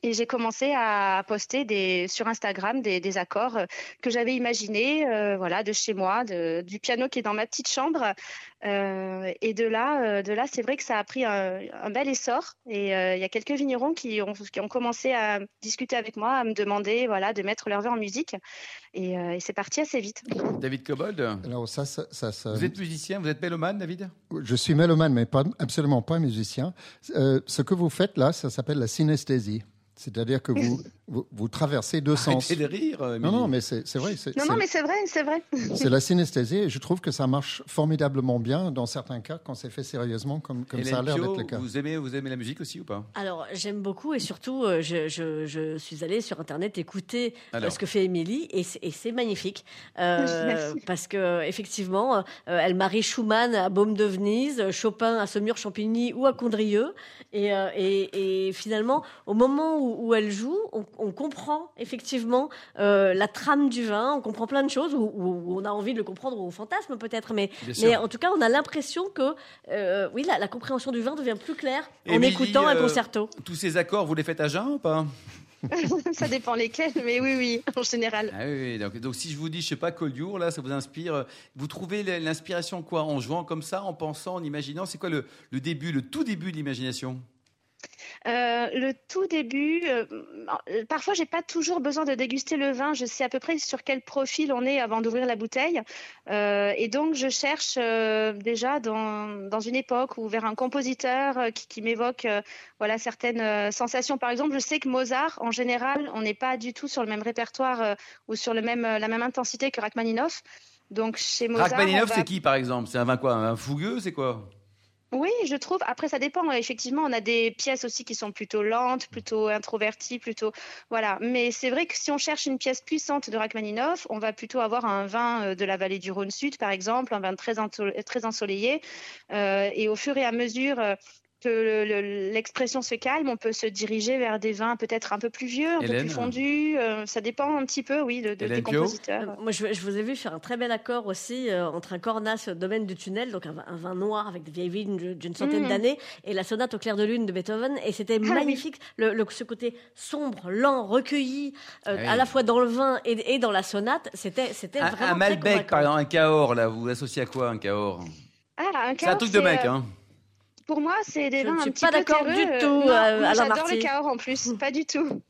Speaker 7: Et j'ai commencé à poster des, sur Instagram des, des accords euh, que j'avais imaginés, euh, voilà, de chez moi, de- du piano qui est dans ma petite chambre. Euh, et de là, euh, de là, c'est vrai que ça a pris un, un bel essor. Et euh, il y a quelques vignerons qui ont, qui ont commencé à discuter avec moi, à me demander, voilà, de mettre leur vin en musique. Et, euh, et c'est parti assez vite.
Speaker 2: David Cobold,
Speaker 4: Alors ça, ça, ça, ça-
Speaker 2: vous êtes musicien, vous êtes mélomane, David
Speaker 4: je suis mélomane, mais pas, absolument pas musicien. Euh, ce que vous faites là, ça s'appelle la synesthésie. C'est-à-dire
Speaker 2: *laughs*
Speaker 4: que vous, vous, vous traversez deux sens.
Speaker 2: Arrêtez de rire. euh,
Speaker 4: Non, non,
Speaker 2: Émilie.
Speaker 4: mais c'est c'est vrai. c'est-
Speaker 7: Non,
Speaker 4: c'est-
Speaker 7: non, mais c'est vrai, c'est vrai. *laughs*
Speaker 4: C'est la synesthésie et je trouve que ça marche formidablement bien dans certains cas quand c'est fait sérieusement comme, comme ça a
Speaker 2: Hélène
Speaker 4: l'air
Speaker 2: Pio,
Speaker 4: d'être le cas.
Speaker 2: Vous aimez, vous aimez la musique aussi ou pas
Speaker 3: Alors, j'aime beaucoup et surtout, euh, je, je- je suis allée sur Internet écouter euh,
Speaker 2: Alors.
Speaker 3: ce que fait Émilie et c'est- et c'est magnifique. Euh,
Speaker 7: Merci.
Speaker 3: parce que, effectivement, euh, elle marie Schumann à Baume de Venise, euh, Chopin à Saumur, Champigny ou à Condrieu. Et, euh, et- et finalement, au moment où, où elle joue, on, on comprend effectivement euh, la trame du vin, on comprend plein de choses, ou, ou on a envie de le comprendre, ou on fantasme peut-être, mais,
Speaker 2: Bien sûr.
Speaker 3: mais en tout cas, on a l'impression que, euh, oui, la, la compréhension du vin devient plus claire en
Speaker 2: Émilie,
Speaker 3: écoutant un
Speaker 2: euh,
Speaker 3: concerto.
Speaker 2: Tous ces accords, vous les faites à jeun ou pas
Speaker 7: ça dépend lesquels, mais oui, oui, en général.
Speaker 2: Ah oui, oui, donc, donc si je vous dis, je sais pas, Collioure, là, ça vous inspire. euh, Vous trouvez l- l'inspiration quoi En jouant comme ça, en pensant, en imaginant C'est quoi le, le début, le tout début de l'imagination
Speaker 7: Euh, le tout début, euh, euh, parfois j'ai pas toujours besoin de déguster le vin, je sais à peu près sur quel profil on est avant d'ouvrir la bouteille. Euh, et donc je cherche euh, déjà dans, dans une époque ou vers un compositeur euh, qui, qui m'évoque euh, voilà, certaines euh, sensations. Par exemple, je sais que Mozart, en général, on n'est pas du tout sur le même répertoire euh, ou sur le même, euh, la même intensité que Rachmaninoff. Donc chez Mozart. on
Speaker 2: Rachmaninoff,
Speaker 7: va-
Speaker 2: c'est qui, par exemple C'est un vin quoi Un fougueux, c'est quoi
Speaker 7: oui, je trouve. Après, ça dépend. Effectivement, on a des pièces aussi qui sont plutôt lentes, plutôt introverties, plutôt voilà. Mais c'est vrai que si on cherche une pièce puissante de Rachmaninoff, on va plutôt avoir un vin euh, de la vallée du Rhône Sud, par exemple, un vin très, ensole- très ensoleillé. Euh, et au fur et à mesure euh, que le- le- l'expression se calme, on peut se diriger vers des vins peut-être un peu plus vieux, un peu
Speaker 2: Hélène
Speaker 7: plus fondus. Euh, ça dépend un petit peu, oui, de, de-
Speaker 2: Hélène
Speaker 7: des
Speaker 2: Pio
Speaker 7: compositeurs.
Speaker 3: Moi, je, je vous ai vu faire un très bel accord aussi euh, entre un cornas, euh, domaine du tunnel, donc un, vin- un vin noir avec des vieilles vignes de- d'une centaine
Speaker 7: Mhm. Ah
Speaker 3: d'années, et la sonate au clair de lune de Beethoven. Et c'était
Speaker 7: oui.
Speaker 3: magnifique, le, le- ce côté sombre, lent, recueilli,
Speaker 2: Ah
Speaker 3: euh,
Speaker 2: oui.
Speaker 3: à la fois dans le vin et, et dans la sonate. C'était c'était
Speaker 2: Un,
Speaker 3: vraiment
Speaker 2: un
Speaker 3: très
Speaker 2: Malbec, par
Speaker 3: convaincant.
Speaker 2: exemple, un Cahors, là, vous associez à quoi, un Cahors
Speaker 7: Ah, un
Speaker 2: C'est un
Speaker 7: Cahors,
Speaker 2: truc de
Speaker 7: c'est,
Speaker 2: mec,
Speaker 7: euh,
Speaker 2: hein
Speaker 7: Pour moi, c'est des
Speaker 3: Je
Speaker 7: vins
Speaker 3: ne suis
Speaker 7: un petit
Speaker 3: pas
Speaker 7: peu
Speaker 3: d'accord du
Speaker 7: terreux.
Speaker 3: tout,
Speaker 7: Non,
Speaker 3: euh,
Speaker 7: moi,
Speaker 3: Alain
Speaker 7: J'adore
Speaker 3: Marty.
Speaker 7: le Cahors
Speaker 2: *laughs*
Speaker 7: en plus, pas du tout.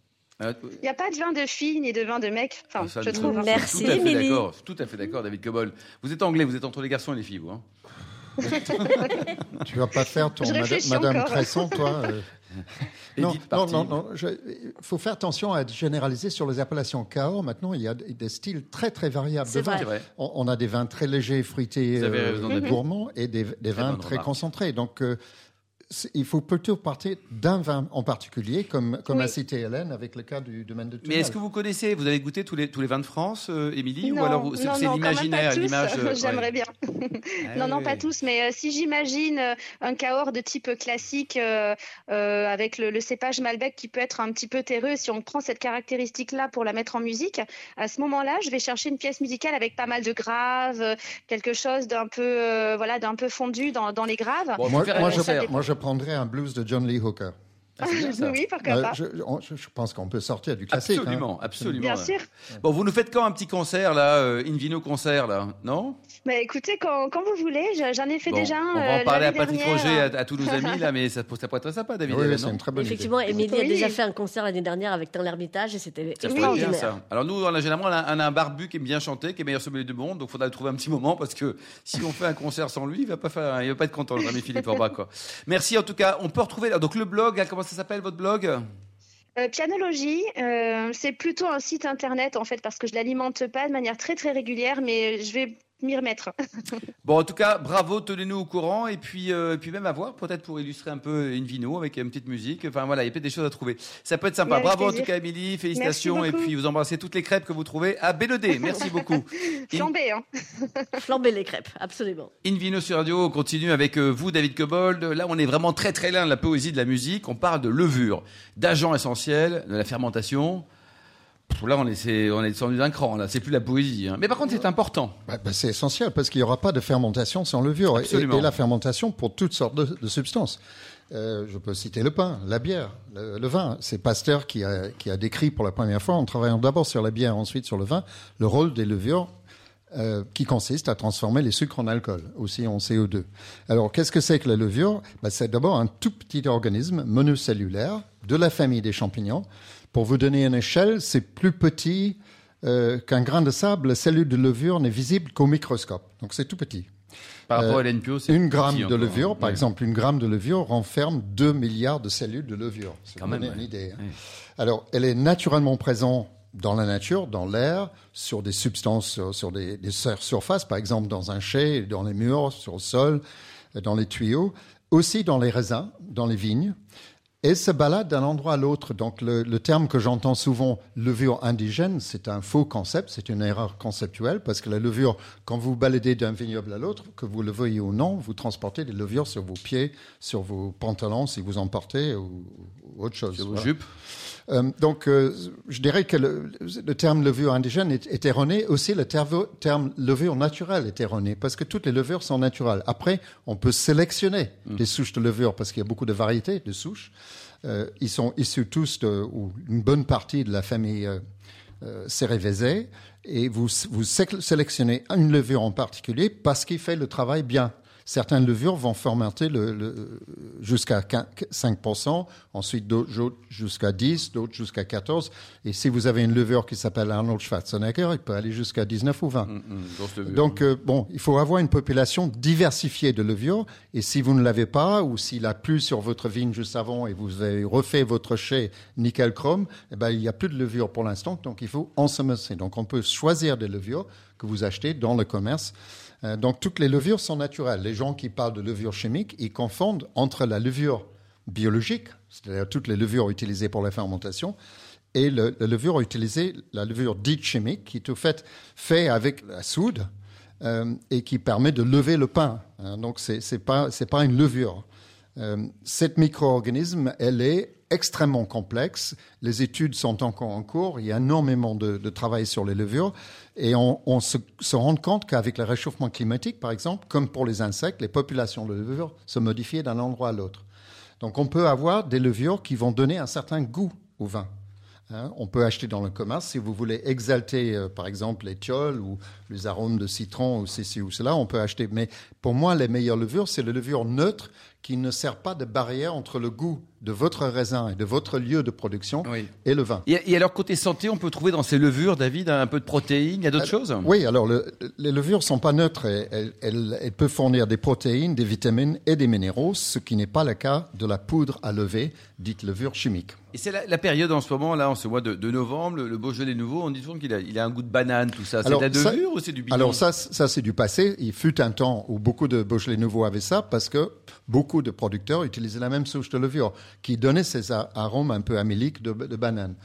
Speaker 2: Euh,
Speaker 7: Il n'y a pas de vin de filles ni de vin de mecs. Enfin,
Speaker 2: Ah, ça,
Speaker 7: je
Speaker 2: nous
Speaker 7: trouve.
Speaker 2: sommes
Speaker 7: hein.
Speaker 3: Merci,
Speaker 2: Tout à fait
Speaker 3: Émilie.
Speaker 2: d'accord, tout à fait d'accord, David Cobol. Vous êtes anglais, vous êtes entre les garçons et les filles, vous. hein
Speaker 4: Tu vas pas faire ton
Speaker 7: Je
Speaker 4: Mada-
Speaker 7: réfléchis
Speaker 4: Madame
Speaker 7: encore.
Speaker 4: Cresson,
Speaker 2: *laughs*
Speaker 4: toi euh. non,
Speaker 2: Edith
Speaker 4: non,
Speaker 2: Party.
Speaker 4: non, non, Il faut faire attention à généraliser sur les appellations Cahors. Maintenant, il y a des des styles très, très variables
Speaker 3: C'est
Speaker 4: de vins.
Speaker 2: C'est vrai.
Speaker 4: On, on a des vins très légers, fruités, euh,
Speaker 2: Vous avez raison, David.
Speaker 4: gourmands, et des, des vins
Speaker 2: bonne
Speaker 4: très
Speaker 2: remarque.
Speaker 4: concentrés. Donc, euh, c'est- il faut plutôt partir d'un vin en particulier, comme, comme
Speaker 7: Oui.
Speaker 4: a cité Hélène avec le cas du domaine de
Speaker 2: Mais
Speaker 4: Tunnel.
Speaker 2: est-ce que vous connaissez, vous avez goûté tous les, tous les vins de France, euh, Émilie Ou
Speaker 7: Non,
Speaker 2: alors vous- c'est
Speaker 7: non,
Speaker 2: c'est
Speaker 7: non, quand même
Speaker 2: l'imaginaire,
Speaker 7: pas tous.
Speaker 2: l'image.
Speaker 7: *laughs*
Speaker 2: euh, ouais.
Speaker 7: J'aimerais bien.
Speaker 2: Ah
Speaker 7: non, non,
Speaker 2: oui.
Speaker 7: pas tous, mais euh, si j'imagine euh, un Cahors de type classique euh, euh, avec le, le cépage Malbec qui peut être un petit peu terreux, si on prend cette caractéristique-là pour la mettre en musique, à ce moment-là, je vais chercher une pièce musicale avec pas mal de graves, euh, quelque chose d'un peu, euh, voilà, d'un peu fondu dans, dans les graves.
Speaker 2: Bon,
Speaker 4: moi,
Speaker 2: faut faire
Speaker 4: moi,
Speaker 2: un
Speaker 4: je,
Speaker 2: concert.
Speaker 4: moi, je prendrais un blues de John Lee Hooker.
Speaker 2: Ah, c'est bien, ça.
Speaker 7: *laughs* oui, pourquoi
Speaker 4: Euh,
Speaker 7: pas.
Speaker 4: je, on- je- je pense qu'on peut sortir du classique. hein.
Speaker 2: Absolument, absolument.
Speaker 7: Bien sûr.
Speaker 2: Bon, vous nous faites quand un petit concert là, euh, in vino concert là, non
Speaker 7: Bah, écoutez, quand, quand vous voulez, je- j'en ai fait
Speaker 2: Bon,
Speaker 7: déjà un.
Speaker 2: On va en
Speaker 7: euh,
Speaker 2: parler à
Speaker 7: l'année
Speaker 2: Patrick
Speaker 7: dernière.
Speaker 2: Roger, à, à tous nos amis là, mais ça, ça pourrait être très sympa, David.
Speaker 4: Oui,
Speaker 2: Hélène,
Speaker 4: oui, c'est
Speaker 2: non
Speaker 4: une très bonne idée.
Speaker 3: Effectivement, Émilie a
Speaker 7: Oui.
Speaker 3: déjà fait un concert l'année dernière avec dans l'Ermitage et c'était
Speaker 2: Ça pourrait être bien,
Speaker 3: extraordinaire.
Speaker 2: ça. Alors nous, on a généralement on a un, un barbu qui aime bien chanter, qui est meilleur sommelier du monde, donc faudra lui trouver un petit moment parce que si on fait un concert sans lui, il va pas faire, il va pas être content, le ami Philippe Orbach, quoi. Merci en tout cas. On peut retrouver donc le blog. hein, comment ça s'appelle votre blog
Speaker 7: Euh, Pianologie, euh, c'est plutôt un site internet en fait parce que je l'alimente pas de manière très très régulière, mais je vais m'y remettre. *laughs*
Speaker 2: Bon, en tout cas, bravo, tenez-nous au courant. Et puis, euh, et puis même à voir, peut-être pour illustrer un peu une vino avec une petite musique. Enfin, voilà, il y a peut-être des choses à trouver. Ça peut être sympa.
Speaker 7: Oui, avec
Speaker 2: bravo, en tout
Speaker 7: plaisir.
Speaker 2: cas, Émilie. Félicitations.
Speaker 7: Merci
Speaker 2: Et
Speaker 7: beaucoup.
Speaker 2: puis, vous embrassez toutes les crêpes que vous trouvez à Bélodé. Merci beaucoup.
Speaker 7: Flambé, hein.
Speaker 3: Flamber les crêpes, absolument.
Speaker 2: Invino sur Radio on continue avec euh, vous, David Cobold. Là, on est vraiment très, très loin de la poésie de la musique. On parle de levure, d'agents essentiels, de la fermentation. Pff, Là, on est, c'est- on est descendu d'un cran. Là, c'est plus la poésie. hein. Mais par contre, c'est important.
Speaker 4: Bah, bah, c'est essentiel parce qu'il n'y aura pas de fermentation sans levure. Et-
Speaker 2: Absolument.
Speaker 4: Et, la fermentation pour toutes sortes de, de substances. Euh, je peux citer le pain, la bière, le, le vin. C'est Pasteur qui a, qui a décrit pour la première fois, en travaillant d'abord sur la bière, ensuite sur le vin, le rôle des levures euh, qui consiste à transformer les sucres en alcool, aussi en CO2. Alors, qu'est-ce que c'est que la levure Bah, C'est d'abord un tout petit organisme monocellulaire de la famille des champignons. Pour vous donner une échelle, c'est plus petit euh, qu'un grain de sable. La cellule de levure n'est visible qu'au microscope. Donc, c'est tout petit.
Speaker 2: Par rapport
Speaker 4: Euh,
Speaker 2: à l'NPO, c'est
Speaker 4: Une
Speaker 2: petit
Speaker 4: gramme de
Speaker 2: encore, hein.
Speaker 4: levure, par
Speaker 2: Ouais.
Speaker 4: exemple, une gramme de levure renferme 2 milliards de cellules de levure. C'est
Speaker 2: Quand même,
Speaker 4: une
Speaker 2: ouais.
Speaker 4: idée. hein.
Speaker 2: Ouais.
Speaker 4: Alors, elle est naturellement présente dans la nature, dans l'air, sur des substances, sur, sur des, des sur- surfaces, par exemple dans un chai, dans les murs, sur le sol, euh, dans les tuyaux, aussi dans les raisins, dans les vignes. Et se balade d'un endroit à l'autre. Donc le, le terme que j'entends souvent, levure indigène, c'est un faux concept, c'est une erreur conceptuelle, parce que la levure, quand vous baladez d'un vignoble à l'autre, que vous le veuillez ou non, vous transportez des levures sur vos pieds, sur vos pantalons, si vous en portez, ou, ou autre chose.
Speaker 2: Sur vos
Speaker 4: Voilà.
Speaker 2: jupes.
Speaker 4: Euh, donc, euh, je dirais que le, le terme levure indigène est, est erroné. Aussi, le tervo- terme levure naturelle est erroné parce que toutes les levures sont naturelles. Après, on peut sélectionner des souches de levure parce qu'il y a beaucoup de variétés de souches. Euh, ils sont issus tous de, ou une bonne partie de la famille euh, euh, Cerevisiae. et vous, vous sé- sélectionnez une levure en particulier parce qu'il fait le travail bien. Certaines levures vont fermenter le, le- jusqu'à 5 5%, ensuite d'autres d'autres jusqu'à 10, d'autres jusqu'à 14. Et si vous avez une levure qui s'appelle Arnold Schwarzenegger, il peut aller jusqu'à 19 ou 20.
Speaker 2: Hum, hum, grosse levure.
Speaker 4: Donc, euh, bon, il faut avoir une population diversifiée de levures. Et si vous ne l'avez pas, ou s'il a plu sur votre vigne juste avant et vous avez refait votre chai nickel chrome, eh ben, il n'y a plus de levure pour l'instant. Donc, il faut ensemencer. Donc, on peut choisir des levures que vous achetez dans le commerce. Euh, donc, toutes les levures sont naturelles. Les gens qui parlent de levure chimique, ils confondent entre la levure biologique, c'est-à-dire toutes les levures utilisées pour la fermentation, et le- la levure utilisée, la levure dite chimique, qui est au fait fait avec la soude euh, et qui permet de lever le pain. hein. donc c'est c'est pas c'est pas une levure. Euh, cet micro-organisme, elle est extrêmement complexe. Les études sont encore en cours. Il y a énormément de, de travail sur les levures. Et on, on se, se rend compte qu'avec le réchauffement climatique, par exemple, comme pour les insectes, les populations de levures se modifient d'un endroit à l'autre. Donc on peut avoir des levures qui vont donner un certain goût au vin. Hein, on peut acheter dans le commerce si vous voulez exalter, euh, par exemple, les tioles ou les arômes de citron ou ceci ou cela. On peut acheter. Mais pour moi, les meilleures levures, c'est les levures neutres qui ne servent pas de barrière entre le goût de votre raisin et de votre lieu de production
Speaker 2: Oui.
Speaker 4: et le vin.
Speaker 2: Et, et alors, côté santé, on peut trouver dans ces levures, David, un peu de protéines. Il y a d'autres choses
Speaker 4: Euh, Oui, alors le- les levures sont pas neutres. et Elles, elles- elles peuvent fournir des protéines, des vitamines et des minéraux, ce qui n'est pas le cas de la poudre à lever, dite levure chimique.
Speaker 2: Et c'est la, la période en ce moment, là, en ce mois de, de novembre, le, le Beaujolais nouveau, on dit toujours qu'il a, il a un goût de banane, tout ça. C'est de
Speaker 4: Alors,
Speaker 2: la
Speaker 4: ça-
Speaker 2: levure ou c'est du bidon
Speaker 4: Alors ça, c- ça c'est du passé. Il fut un temps où beaucoup de Beaujolais nouveaux avaient ça parce que beaucoup de producteurs utilisaient la même souche de levure qui donnait ces a- arômes un peu améliques de, de banane.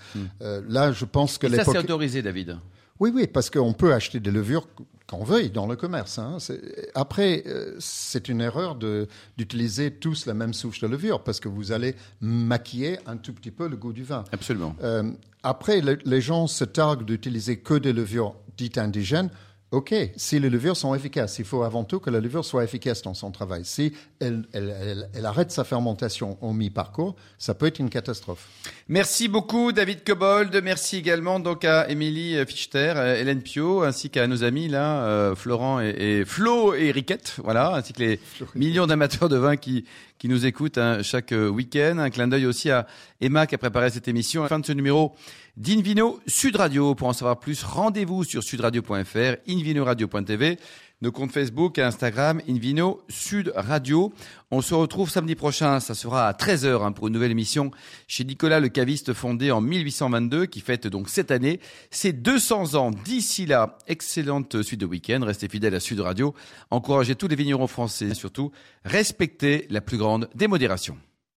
Speaker 4: Euh, là, je pense que
Speaker 2: Hmm. Et ça,
Speaker 4: l'époque...
Speaker 2: c'est autorisé, David.
Speaker 4: Oui, oui, parce qu'on peut acheter des levures qu'on veuille dans le commerce. hein. C'est- Après, euh, c'est une erreur de- d'utiliser tous la même souche de levure parce que vous allez maquiller un tout petit peu le goût du vin.
Speaker 2: Absolument.
Speaker 4: Euh, après, le- les gens se targuent d'utiliser que des levures dites indigènes. OK, si les levures sont efficaces, il faut avant tout que la levure soit efficace dans son travail. Si elle, elle- elle- elle arrête sa fermentation au mi-parcours, ça peut être une catastrophe.
Speaker 2: Merci beaucoup, David Cobold. Merci également donc à Émilie Fichter, euh, Hélène Pio, ainsi qu'à nos amis là, euh, Florent et, et Flo et Riquette, voilà, ainsi que les millions d'amateurs de vin qui qui nous écoutent hein, chaque euh, week-end. Un clin d'œil aussi à Emma qui a préparé cette émission. Fin de ce numéro d'Invino Sud Radio. Pour en savoir plus, rendez-vous sur sudradio.fr, invinoradio.tv, nos comptes Facebook et Instagram Invino Sud Radio. On se retrouve samedi prochain, ça sera à 13h hein, pour une nouvelle émission chez Nicolas le Caviste fondé en 1822 qui fête donc cette année ses 200 ans. D'ici là, excellente suite de week-end, restez fidèles à Sud Radio, encouragez tous les vignerons français et surtout respectez la plus grande démodération.